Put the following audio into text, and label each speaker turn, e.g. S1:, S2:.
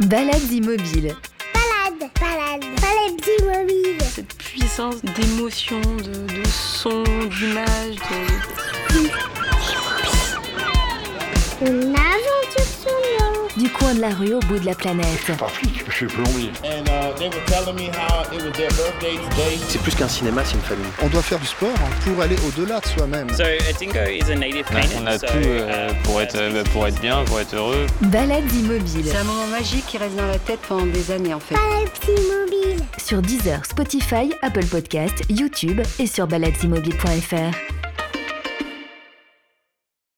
S1: Balades immobiles,
S2: Balade, balade, balade d'immobile.
S3: cette puissance d'émotion, de, de son, d'image, de...
S2: Une aventure sur l'eau.
S1: du coin de la rue au bout de la planète.
S4: pas flic, je suis plombier.
S5: and uh, they were telling me how it was their birthday today.
S6: C'est plus qu'un cinéma, c'est une famille.
S7: On doit faire du sport pour aller au-delà de soi-même.
S8: So I think uh, he's a native
S9: On a-
S8: painter,
S9: on a
S8: so,
S9: tout euh,
S8: uh,
S9: pour,
S8: uh,
S9: être, euh, pour être bien, pour être heureux.
S1: Balades immobiles
S10: C'est un moment magique qui reste dans la tête pendant des années en fait.
S2: Balade d'immobile.
S1: sur Deezer, Spotify, Apple Podcast, YouTube et sur baladesimmobiles.fr.